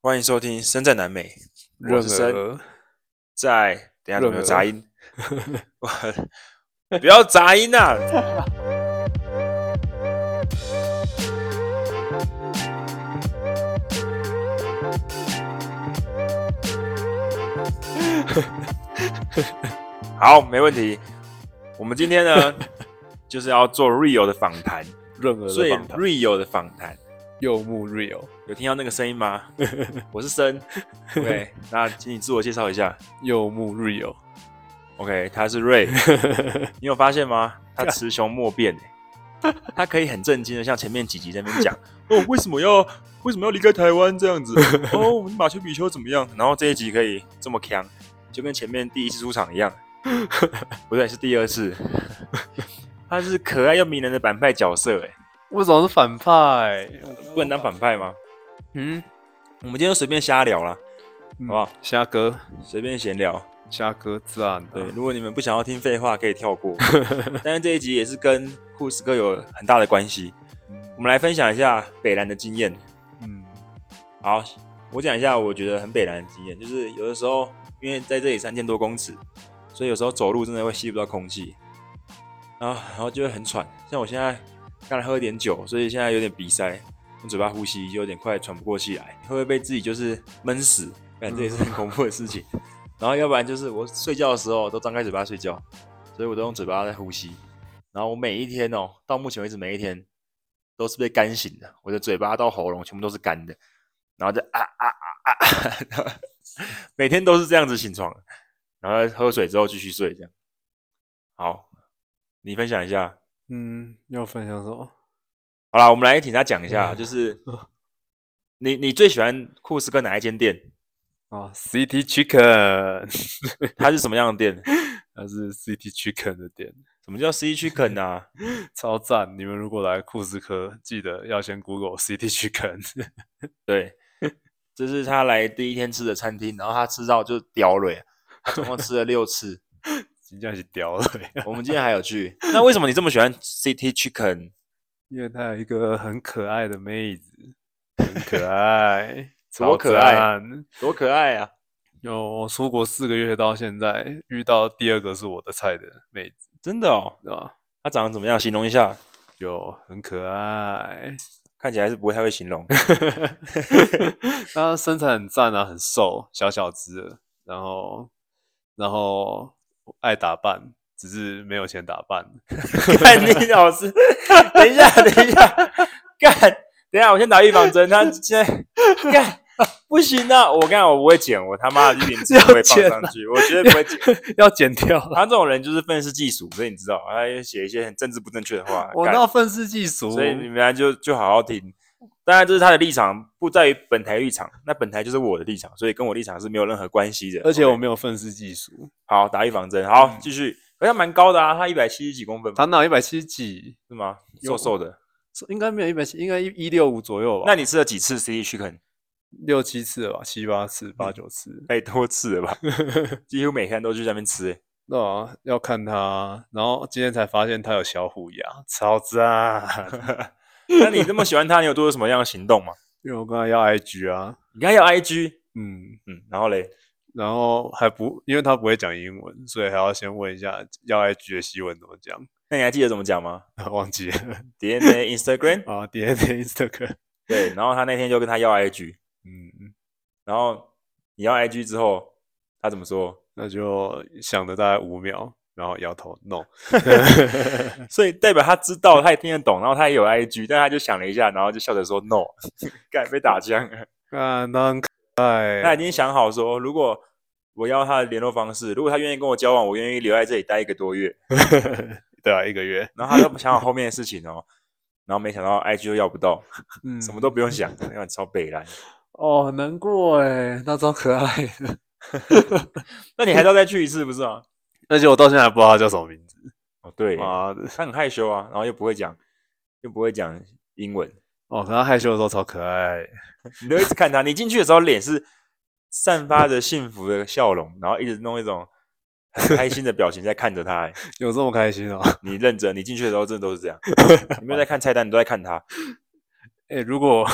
欢迎收听《身在南美》，我任是身何在。等一下有没任有何杂音？我不要杂音啊！好，没问题。我们今天 呢，就是要做 Rio 的访谈，任何所的以访谈， Rio 的访谈。柚木 real 有听到那个声音吗？我是森。OK，那 请你自我介绍一下。柚木 real， OK，他是瑞。你有发现吗？他雌雄莫辨、欸、他可以很震惊的像前面几集在那边讲哦，为什么要为什么要离开台湾这样子？哦，我们马丘比丘怎么样？然后这一集可以这么强，就跟前面第一次出场一样，不对，是第二次。他是可爱又迷人的反派角色、欸，为什么是反派？不能当反派吗？嗯，我们今天就随便瞎聊啦，好不好？虾哥，随便闲聊。虾哥赞啊，对，如果你们不想要听废话，可以跳过。 但是这一集也是跟库斯克有很大的关系。我们来分享一下北兰的经验。嗯，好，我讲一下我觉得很北兰的经验，就是有的时候因为在这里三千多公尺，所以有时候走路真的会吸不到空气，然后然后就会很喘。像我现在刚才喝一点酒，所以现在有点鼻塞，用嘴巴呼吸就有点快喘不过气来，会不会被自己就是闷死？感这也是很恐怖的事情。 然后要不然就是我睡觉的时候都张开嘴巴睡觉，所以我都用嘴巴在呼吸。然后我每一天哦，到目前为止每一天都是被干醒的，我的嘴巴到喉咙全部都是干的，然后就啊啊啊啊啊， 然后每天都是这样子醒床，然后喝水之后继续睡，这样。好，你分享一下。嗯，要分享什么？好啦，我们来请他讲一下，就是你你最喜欢库斯克哪一间店？啊，City Chicken， 它是什么样的店？它是 City Chicken 的店，什么叫 C 区肯啊？超赞！你们如果来库斯科，记得要先 Google City Chicken。 对，这是他来第一天吃的餐厅，然后他吃到就屌了耶，他总共吃了六次。真的是屌了， 我们今天还有去，那为什么你这么喜欢 City Chicken？因为它有一个很可爱的妹子，很 可爱，多超可爱赞多可爱啊！有我出国四个月到现在，遇到第二个是我的菜的妹子，真的哦，对吧？他长得怎么样？形容一下，就很可爱，看起来是不会太会形 容。她身材很赞啊，很瘦，小小只的，然后然后爱打扮，只是没有钱打扮。 看你老师， 等一下，等一下，干，等一下，我先打预防针。他 现在干不行啊！我跟你讲，我不会剪，我他妈的一 点字不会放上去，我绝对不会剪。要剪掉了。他这种人就是愤世嫉俗，所以你知道，他也写一些很政治不正确的话。 我干那愤世嫉俗，所以你们俩就就好好听。当然，这是他的立场，不在于本台立场。那本台就是我的立场，所以跟我立场是没有任何关系的。而且 OK 我嗯没有愤世嫉俗。好打预防针，好继续。好像蛮高的啊，他一百七十几公分吧，她那一百七十几，是吗？有瘦瘦的。应该没有一百七，应该一一六五左右吧？那你吃了几次 C chicken？六七次了吧？七八次、八九次。太多次 了吧？几乎每天都去那边吃、欸。那、啊要看他，然后今天才发现他有小虎牙，超 赞！那你这么喜欢他，你有做出什么样的行动吗？因为我跟他要 IG 啊，你看要 IG，嗯，嗯，然后嘞，然后还不因为他不会讲英文，所以还要先问一下要 IG 的西文怎么讲， 那你还记得怎么讲吗忘记了？DNA Instagram， 啊，DNA Instagram， 对。然后他那天就跟他要 IG，嗯，然后你要 IG 之后，他怎么说？那就想了大概五秒，然后摇头 no，所以代表他知道，他也听得懂，然后他也有 IG，但他就想了一下，然后就笑着说 “no”，干 被打枪了。啊，那很可爱，他已经想好说，如果我要他的联络方式，如果他愿意跟我交往，我愿意留在这里待一个多月。对啊，一个月，然后他就想好后面的事情哦，然后没想到 IG 又要不到， 嗯什么都不用想，那很超北蓝。哦，很难过哎，那超可爱的，那你还是要再去一次，不是吗？ 而且我到现在还不知道他叫什么名字，哦，对，妈的。他很害羞啊，然后又不会讲，又不会讲英文，哦，可他害羞的时候超可爱，你都一直看他。你进去的时候脸是散发着幸福的笑容，然后一直弄一种很开心的表情在看着他、欸。有这么开心哦？ 你认真，你进去的时候真的都是这样，你没有在看菜单，你都在看他。哎、如果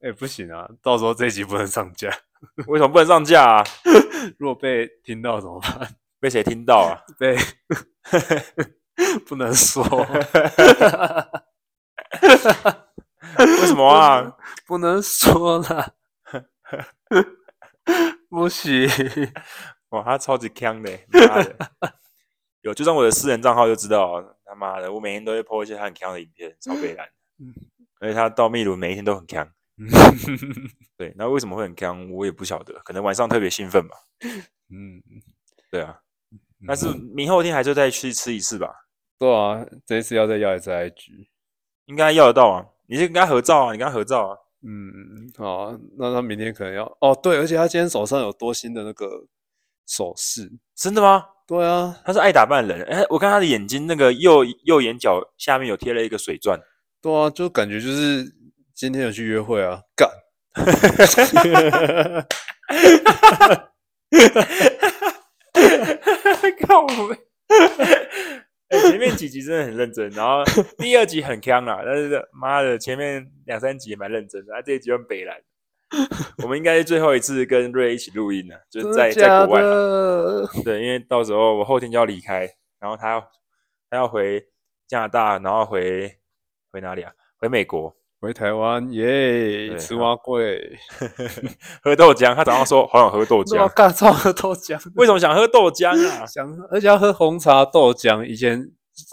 哎、不行啊，到时候这一集不能上架， 为什么不能上架啊？如果被听到怎么办？被谁听到啊？被 不能说，为什么啊？ 不能说啦， 不 行。哇，他超级坑的欸，妈的！有，就算我的私人账号就知道了，他妈的，我每天都会 po 一些他很坑的影片，超北蓝嗯。而且他到秘鲁每一天都很坑。嗯对，那为什么会很坑？我也不晓得，可能晚上特别兴奋吧。嗯，对啊，但是明后天还是再去吃一次吧，对啊，这一次要再要一次 IG。应该要得到啊。你是跟他合照啊？你跟他合照啊？嗯，好啊，那他明天可能要哦，对，而且他今天手上有多新的那个首饰。真的吗？对啊，他是爱打扮的人。哎、我看他的眼睛那个右右眼角下面有贴了一个水钻，对啊，就感觉就是今天有去约会啊，干。靠我！ 哎、前面几集真的很认真，然后第二集很坑啊啦，但是妈的，前面两三集也蛮认真的，啊，这一集很北蓝。我们应该是最后一次跟瑞一起录音了，就是在在国外，的？对，因为到时候我后天就要离开，然后他要他要回加拿大，然后回回哪里啊？回美国回台湾耶，对啊吃好蛙贵，喝豆浆。他早上说好想喝豆 对啊 浆，干超喝豆浆的，为什么想喝豆浆 啊？想喝，而且要喝红茶豆浆。以前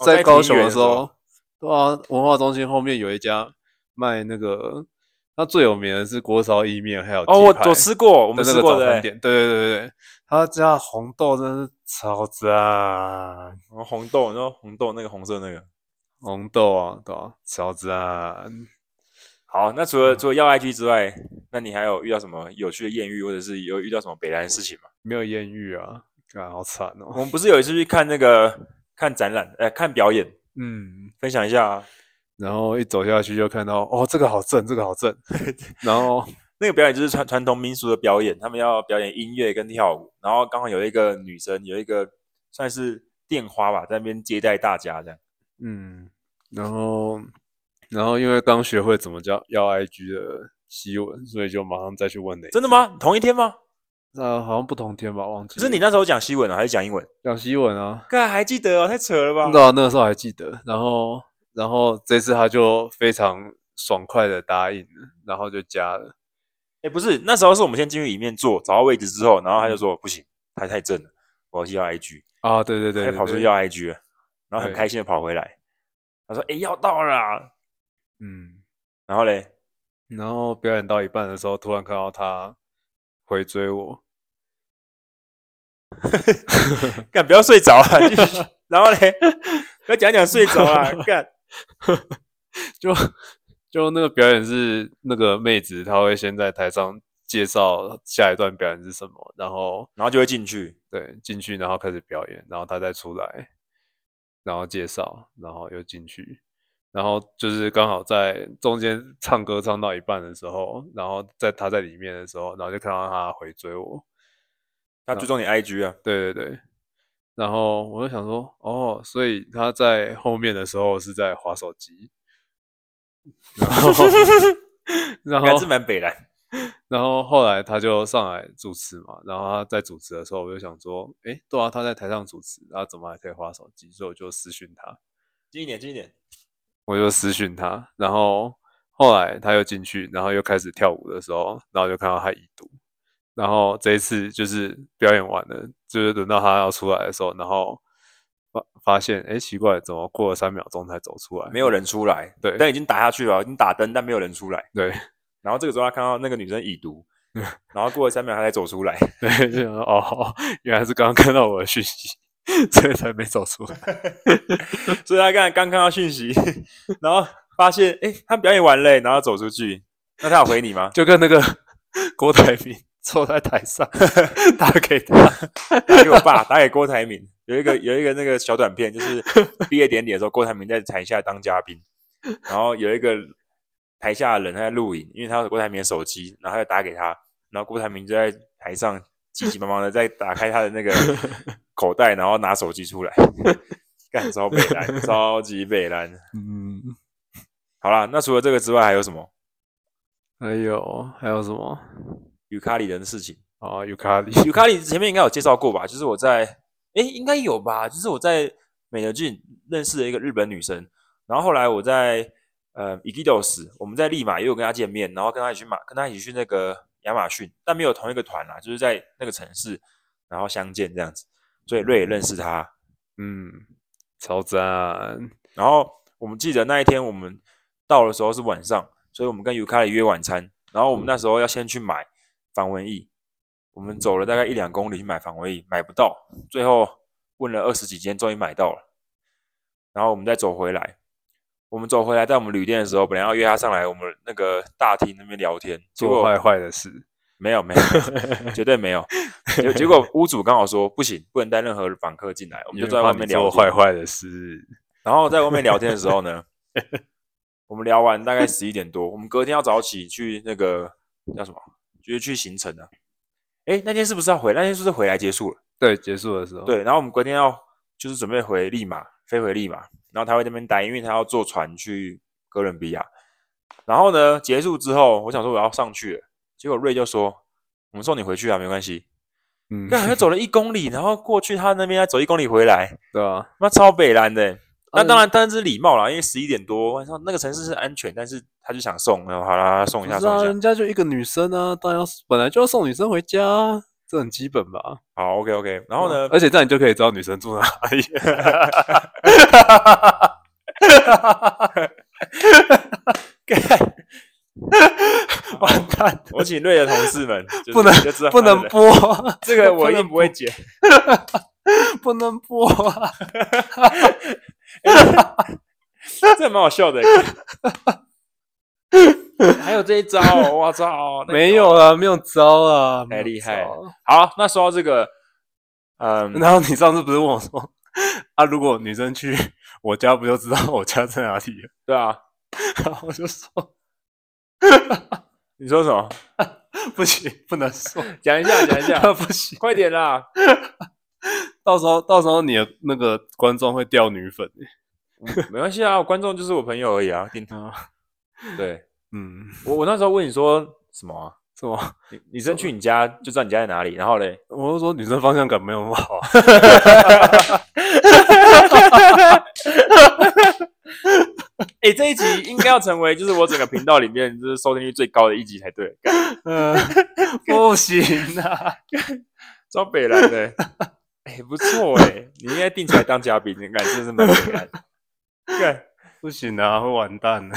在哦在高平雄原的的时时候候，对啊，文化中心后面有一家卖那个，它最有名的是锅烧意面，还有哦，鸡我排我吃过，我们的吃那个过早的、餐欸，店，对对对对对，他家红豆真是超赞，然后红豆，然后红豆那个红色那个。红豆啊，对啊，超赞。好，那除了除了要 IG 之外，那你还有遇到什么有趣的艳遇，或者是有遇到什么北兰的事情吗？没有艳遇啊，干好惨哦。我们不是有一次去看那个看展览，呃，看表演，嗯，分享一下、啊、然后一走下去就看到，哦，这个好正，这个好正， 然后那个表演就是传传统民俗的表演，他们要表演音乐跟跳舞，然后刚好有一个女生有一个算是电花吧，在那边接待大家这样。嗯，然后，然后因为刚学会怎么叫要 IG 的西文，所以就马上再去问那一真的吗？同一天吗？那、呃好像不同天吧，忘记可是了你那时候讲西文啊，还是讲英文？讲西文啊，哥还记得哦，太扯了吧真的、？啊、那个时候还记得。然后，然后这次他就非常爽快的答应了，然后就加了。哎、不是，那时候是我们先进去里面坐，找到位置之后，然后他就说、不行，他太正了，我要去要 IG，啊，对对对他对就跑出去对要 IG 了，然后很对开心的跑回来，他说哎、要到了啊，嗯，然后嘞，然后表演到一半的时候，突然看到他回追我， 干不要睡着啊，继续 然后嘞，不要讲讲睡着 啊，干就就那个表演是那个妹子，她会先在台上介绍下一段表演是什么，然后然后就会进去，对进去，然后开始表演，然后她再出来，然后介绍，然后又进去，然后就是刚好在中间唱歌唱到一半的时候，然后在她在里面的时候，然后就看到她回追我，他追踪你 IG 啊，对对对。然后我就想说，哦，所以她在后面的时候是在划手机，然 后然后还是蛮北蓝，然后后来他就上来主持嘛，然后他在主持的时候，我就想说，诶，对啊，他在台上主持，他怎么还可以划手机？所以我就私讯他，近一点，近一点，我就私讯他，然后后来他又进去，然后又开始跳舞的时候，然后就看到他已读，然后这一次就是表演完了，就是轮到他要出来的时候，然后发发现，诶，奇怪，怎么过了三秒钟才走出来？没有人出来，对灯已经打下去了，已经打灯，但没有人出来，对嗯然后这个时候他看到那个女生已读，然后过了三秒他才走出来。 对，就想说哦，原来是刚刚看到我的讯息，所以才没走出来。所以他刚刚看到讯息， 然后发现哎、诶他表演完了、然后走出去，那他有回你吗？就跟那个 郭台铭坐在台上打给他，打给我爸，打给郭台铭， 有一个有一个那个小短片，就是毕业典礼的时候，郭台铭在台下当嘉宾，然后有一个台下的人他在录影，因为他有郭台铭的手机，然后他就打给他，然后郭台铭就在台上急急忙忙的在打开他的那个口袋，然后拿手机出来，干超北蓝，超级北蓝。嗯，好啦，那除了这个之外还有什么？还有还有什么尤卡里人的事情。啊？尤卡里尤卡里前面应该有介绍过吧？就是我在，哎、应该有吧？就是我在美德郡认识了一个日本女生，然后后来我在呃 Igidos，我们在利马也有跟她见面，然后跟她一起去马，跟她一起去那个亚马逊，但没有同一个团啦，就是在那个城市，然后相见这样子，所以瑞也认识她。嗯，超赞，然后我们记得那一天我们到的时候是晚上，所以我们跟尤卡里约晚餐。然后我嗯们那时候要先去买防蚊液，我们走了大概一两公里去买防蚊液，买不到，最后问了二十几间，终于买到了。然后我们再走回来，我们走回来在我们旅店的时候，本来要约他上来我们那个大厅那边聊天，结做果坏坏的事，没有没有， 绝对没有。结结果屋主刚好说不行，不能带任何访客进来，我们因就在为怕外你面聊做天坏坏的事，然后在外面聊天的时候呢，我们聊完大概十一点多，我们隔天要早起去那个叫什么，就是去行程啊。哎，那天是不是要回？那天是不是回来结束了？对，结束的时候，对，然后我们隔天要就是准备回利马，飞回利马，然后他会在那边待，因为他要坐船去哥伦比亚。然后呢，结束之后，我想说我要上去了，结果瑞就说：“我们送你回去啊，没关系。”嗯，干，他走了一公里，然后过去他那边再走一公里回来，对啊，那超北蓝的欸、那嗯当然，当然是礼貌啦，因为十一点多晚上那个城市是安全，但是他就想送，然后好啦，送一下，不是送啊，一下。人家就一个女生啊，当然要本来就要送女生回家啊，这很基本吧。啊好，OK OK。然后呢，哎而且这样你就可以知道女生住哪里。完蛋，我请瑞的同事 们就是不能就知道不能对对播，这个 我一不能定不会剪。不能播啊，这蛮好笑 的。欸还有这一招哦，我操！那个没有啦，没有招啊，没有太厉害了招啊。好，那说到这个，嗯，然后你上次不是问我说，啊，如果女生去我家，不就知道我家在哪里了？ 对啊，然后我就说你说什么？不行，不能说，讲一下，讲一 下，不行，快点啦！到时候到时候你的那个观众会掉女粉。没关系啊，观众就是我朋友而已啊。顶啊，对嗯，我，我那时候问你说什么啊？是吗？女女生去你家就知道你家在哪里，然后嘞，我就说女生方向感没有那么好啊，哎、这一集应该要成为就是我整个频道里面就是收听率最高的一集才对，干 嗯， 不行啊，超北蓝的、哎、不错哎、你应该定起来当嘉宾，你看真是蛮北蓝的，干不行啊，会完蛋的，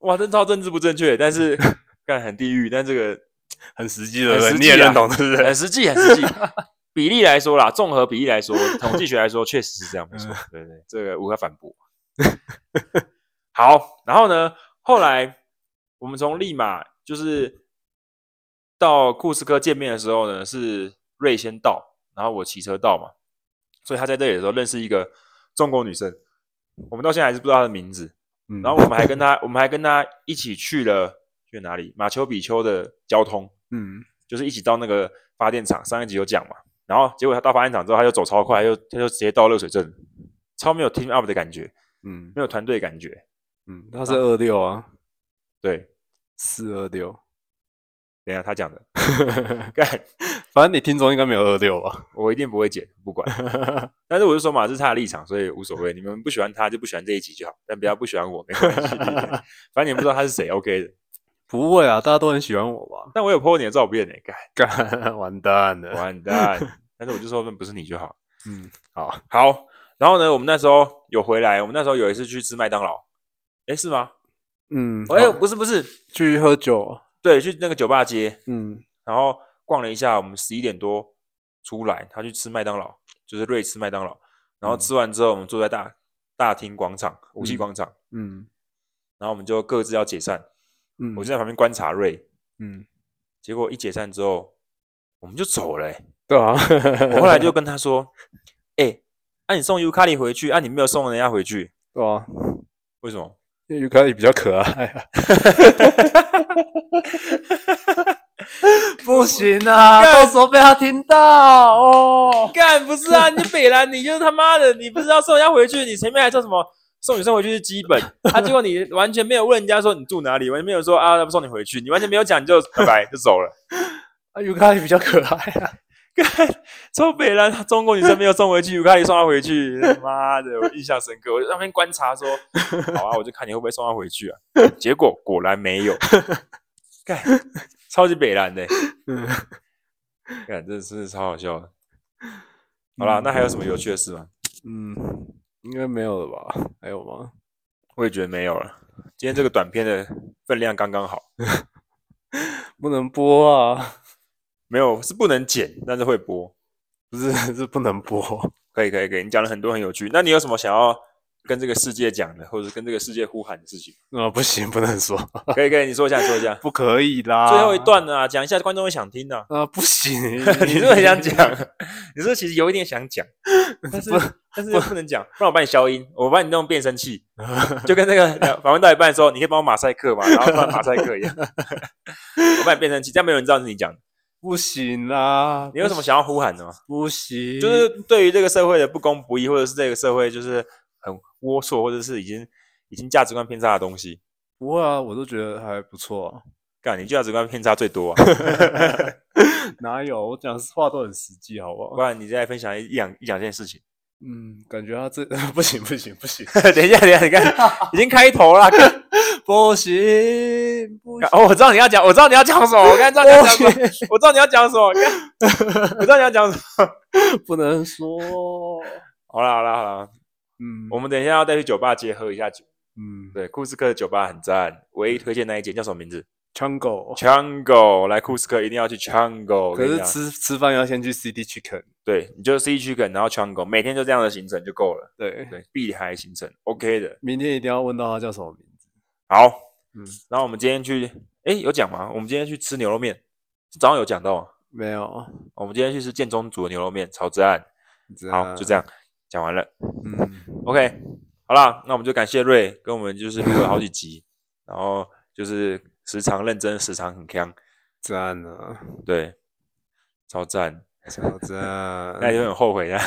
哇，这超政治不正确，但是干很地狱，但这个很实际的很人，实你也际啊认同是不是？很实际，很实际。比例来说啦，综合比例来说，统计学来说，确实是这样，没错。对对，这个无法反驳。好，然后呢，后来我们从利马就是到库斯科见面的时候呢，是瑞先到，然后我骑车到嘛，所以他在这里的时候认识一个中国女生，我们到现在还是不知道她的名字。嗯然后我们还跟她，我们还跟她一起去了去哪里？马丘比丘的交通，嗯，就是一起到那个发电厂，上一集有讲嘛。然后结果他到发电厂之后，他就走超快，又他就直接到热水镇，超没有 team up 的感觉，嗯没有团队感觉。嗯，他是二六啊，对，四二六， 等一下他讲的，干反正你听众应该没有二六吧？我一定不会剪，不管。但是我就说嘛，这是他的立场，所以无所谓。你们不喜欢他就不喜欢这一集就好，但不要不喜欢我，没关系。反正你们不知道他是谁，OK 的。 不会啊，大家都很喜欢我吧？但我有 po 你的照片呢、欸干干，完蛋了，完蛋。但是我就说那不是你就好。嗯，好，好。然后呢，我们那时候有回来，我们那时候有一次去吃麦当劳，哎，是吗？嗯，哎、好不是不是，去喝酒，对，去那个酒吧街，嗯然后逛了一下，我们十一点多出来，他去吃麦当劳，就是瑞吃麦当劳，然后嗯吃完之后，我们坐在大大厅广场武器嗯广场，嗯然后我们就各自要解散，嗯，我就在旁边观察瑞，嗯，结果一解散之后，我们就走了、欸，对啊， 我后来就跟他说，哎、那、你送尤卡里回去，啊，你没有送人家回去，对啊，为什么？因为尤卡里比较可 爱啊。不行 啊，到时候被他听到哦。干不是啊，你北兰，你就是他妈的，你不是要送人家回去，你前面还说什么送你送回去是基 本，他、结果你完全没有问人家说你住哪里，完全没有说啊，要不送你回去，你完全没有讲，你就拜拜就走了。 啊，尤卡里比较可爱啊，超北兰，中国女生没有送回去，我看你送她回去，妈的，我印象深刻。我就在那边观察 说，好啊，我就看你会不会送她回去啊。结果果然没 有，干，超级北兰的、嗯，干，真的是超好笑的。好啦，那还有什么有趣的事吗？嗯，应该没有了吧？还有吗？我也觉得没有了。今天这个短片的分量刚刚好，不能播啊，没有是不能剪，但是会播。不是是不能播。可以，可以，可以，你讲了很多很有趣。那你有什么想要跟这个世界讲的，或者跟这个世界呼喊的事情？啊，不行，不能说， 可以，可以，你说一下，你说一下。不可以啦。最后一段 呢、啊，讲一下观众会想听 的、，啊，不行你是不是很想讲？ 你是不是其实有一点想 讲，但是不但是又不能讲，不然我帮你消音，我帮你弄变声 器，就跟那个访问到一半的时候，你可以帮我马赛克嘛，然后放马赛克一 样，我帮你变声器，这样没有人知道是你讲的。不行啦。你有什么想要呼喊的吗？不行？就是对于这个社会的不公不义，或者是这个社会就是很龌龊，或者是已经已经价值观偏差的东西，不会啊，我都觉得还不错啊。干你价值观偏差最多啊！ 哪有？我讲话都很实际，好不不好？然你再分享一一两一两件事情。 嗯，感觉他这 不行，不行，不行，等一下，等一下，你看，已经开头了。啊干不行，不行干，哦，我知道你要讲，我知道你要讲什么，我刚才知道你要讲什么，我知道你要讲什么，干我知道你要讲什么。不能说。好啦，好啦，好啦，嗯，我们等一下要再去酒吧街喝一下酒。嗯，对，库斯克的酒吧很赞，唯一推荐那一间叫什么名字枪狗。 ？Chango，来库斯克一定要去 Chango。我可跟是你讲吃吃饭要先去 CD Chicken，对，你就 C 区梗，然后 Chango，每天就这样的行程就够了。对，对，避海行程 OK 的。明天一定要问到他叫什么名字。好，嗯，然后我们今天去，哎，有讲吗？我们今天去吃牛肉面，是早上有讲到吗？没有，我们今天去吃建中煮的牛肉面，超赞。好，就这样。样讲完了。嗯， OK，好啦，那我们就感谢瑞跟我们就是录了好几集，然后就是时常认真，时常很强，赞啊，对，超赞。超赞。那就很后悔 了，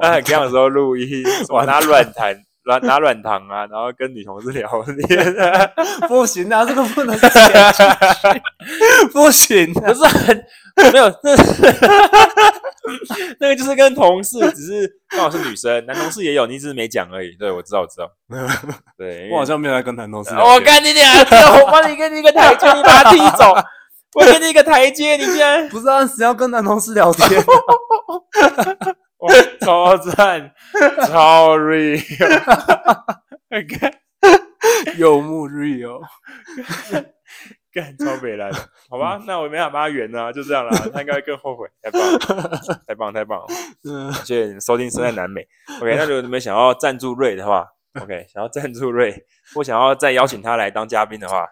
那很强的时候录 音，什么拿软糖、拿拿软糖啊，然后跟女同事聊天，啊不行啊，这个 不能剪进去不行 啊不。是很没有，那那个就是跟同事，只是刚好是女生，男同事也有，你只是没讲而已。对，我知道，我知 道。对，因为哦我好像没有在跟男同事聊我天干你俩！我帮你给你一个台阶，你把他踢走。我给你一个台阶，你竟然不是按时要跟男同事聊天，哇超赞，超 real。干 有目哦 real。干超北来的，好吧？那我没办法帮他圆啊，就这样啦。他应该会更后悔。太棒，了，太棒，太棒！了。 嗯，谢谢你收听《生在南美》。OK，那如果你们想要赞助瑞的话，OK，想要赞助瑞，或想要再邀请他来当嘉宾的话，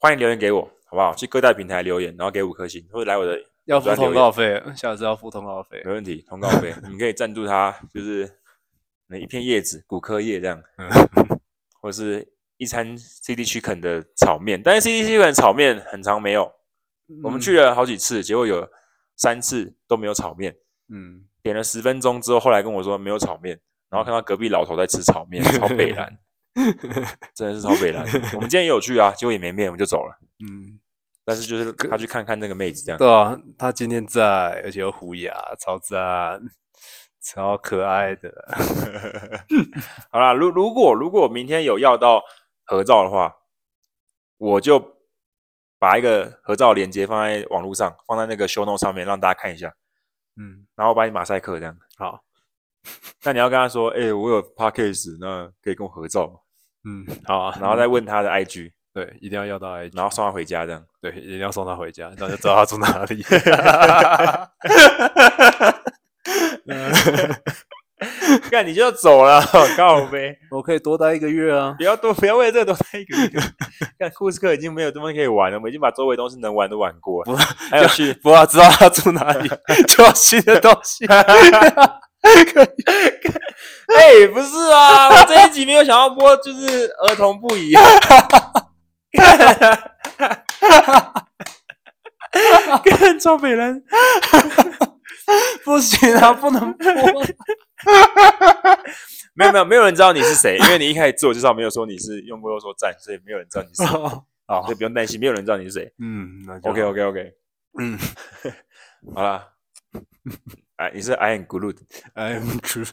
欢迎留言给我，好不好？去各大平台留言，然后给五颗星，或者来我的 要付转留言通告费，下次要付通告费没。问题，通告费，你可以赞助他，就是每一片叶子、骨科叶这样，或是一餐 CD 区肯的炒面，但是 CD 区肯炒面很长没有，我嗯们去了好几次，结果有三次都没有炒面，嗯，点了十分钟之后，后来跟我说没有炒面，然后看到隔壁老头在吃炒面，超北蓝，嗯真的是超北蓝。我们今天也有去啊，结果也没面，我们就走了。嗯嗯，但是就是他去看看那个妹子这样，对啊，他今天在，而且有虎牙，超赞，超可爱的。好啦，如如果如果明天有要到合照的话，我就把一个合照链接放在网络上，放在那个 show note 上面，让大家看一下，嗯，然后把你马赛克这样。 好，那你要跟他说，哎、我有 podcast，那可以跟我合照吗，嗯，好啊，然后再问他的 IG，对，一定要要到 IG，然后送他回家这样。 对，一定要送他回家，然后就知道他住哪里。干你就要走了，告呗！ 我可以多待一个月啊。不要多，不要为了这个多待一个月。 干库斯克已经没有东西可以玩了，我们已经把周围东西能玩都玩过了，还有去不啊要知道他住哪里，就要新的东西。 哎、不是啊，我这一集没有想要播，就是儿童不宜啊。看赵北兰， 不行啊，不能播。没有没有没有人知道你是谁，因为你一开始自我介绍没有说你是用过右手站，所以没有人知道你是谁，好所以不用担心，没有人知道你是谁。嗯，那就 OK OK OK，嗯， 好啦， 哎，你是 I am Groot， ，I am Groot，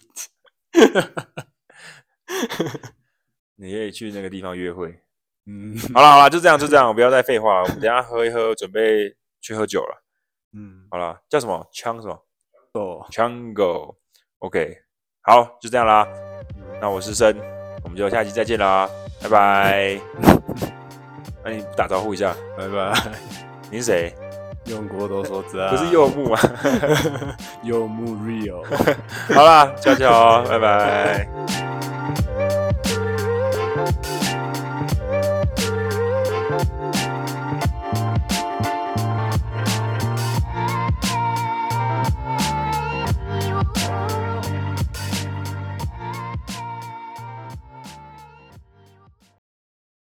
你可以去那个地方约会。 嗯 好了好了，就这样就这样，不要再废话了。我们等一下喝一喝，准备去喝酒了。嗯，好了，叫什么？枪什么？哦， Chango。OK，好，就这样啦。那我是生，我们就下期再见啦，拜拜。那、你打招呼一下，拜拜， 你是谁？用国都说 在，不是柚木吗？ 柚木 real。好啦，悄悄，拜拜。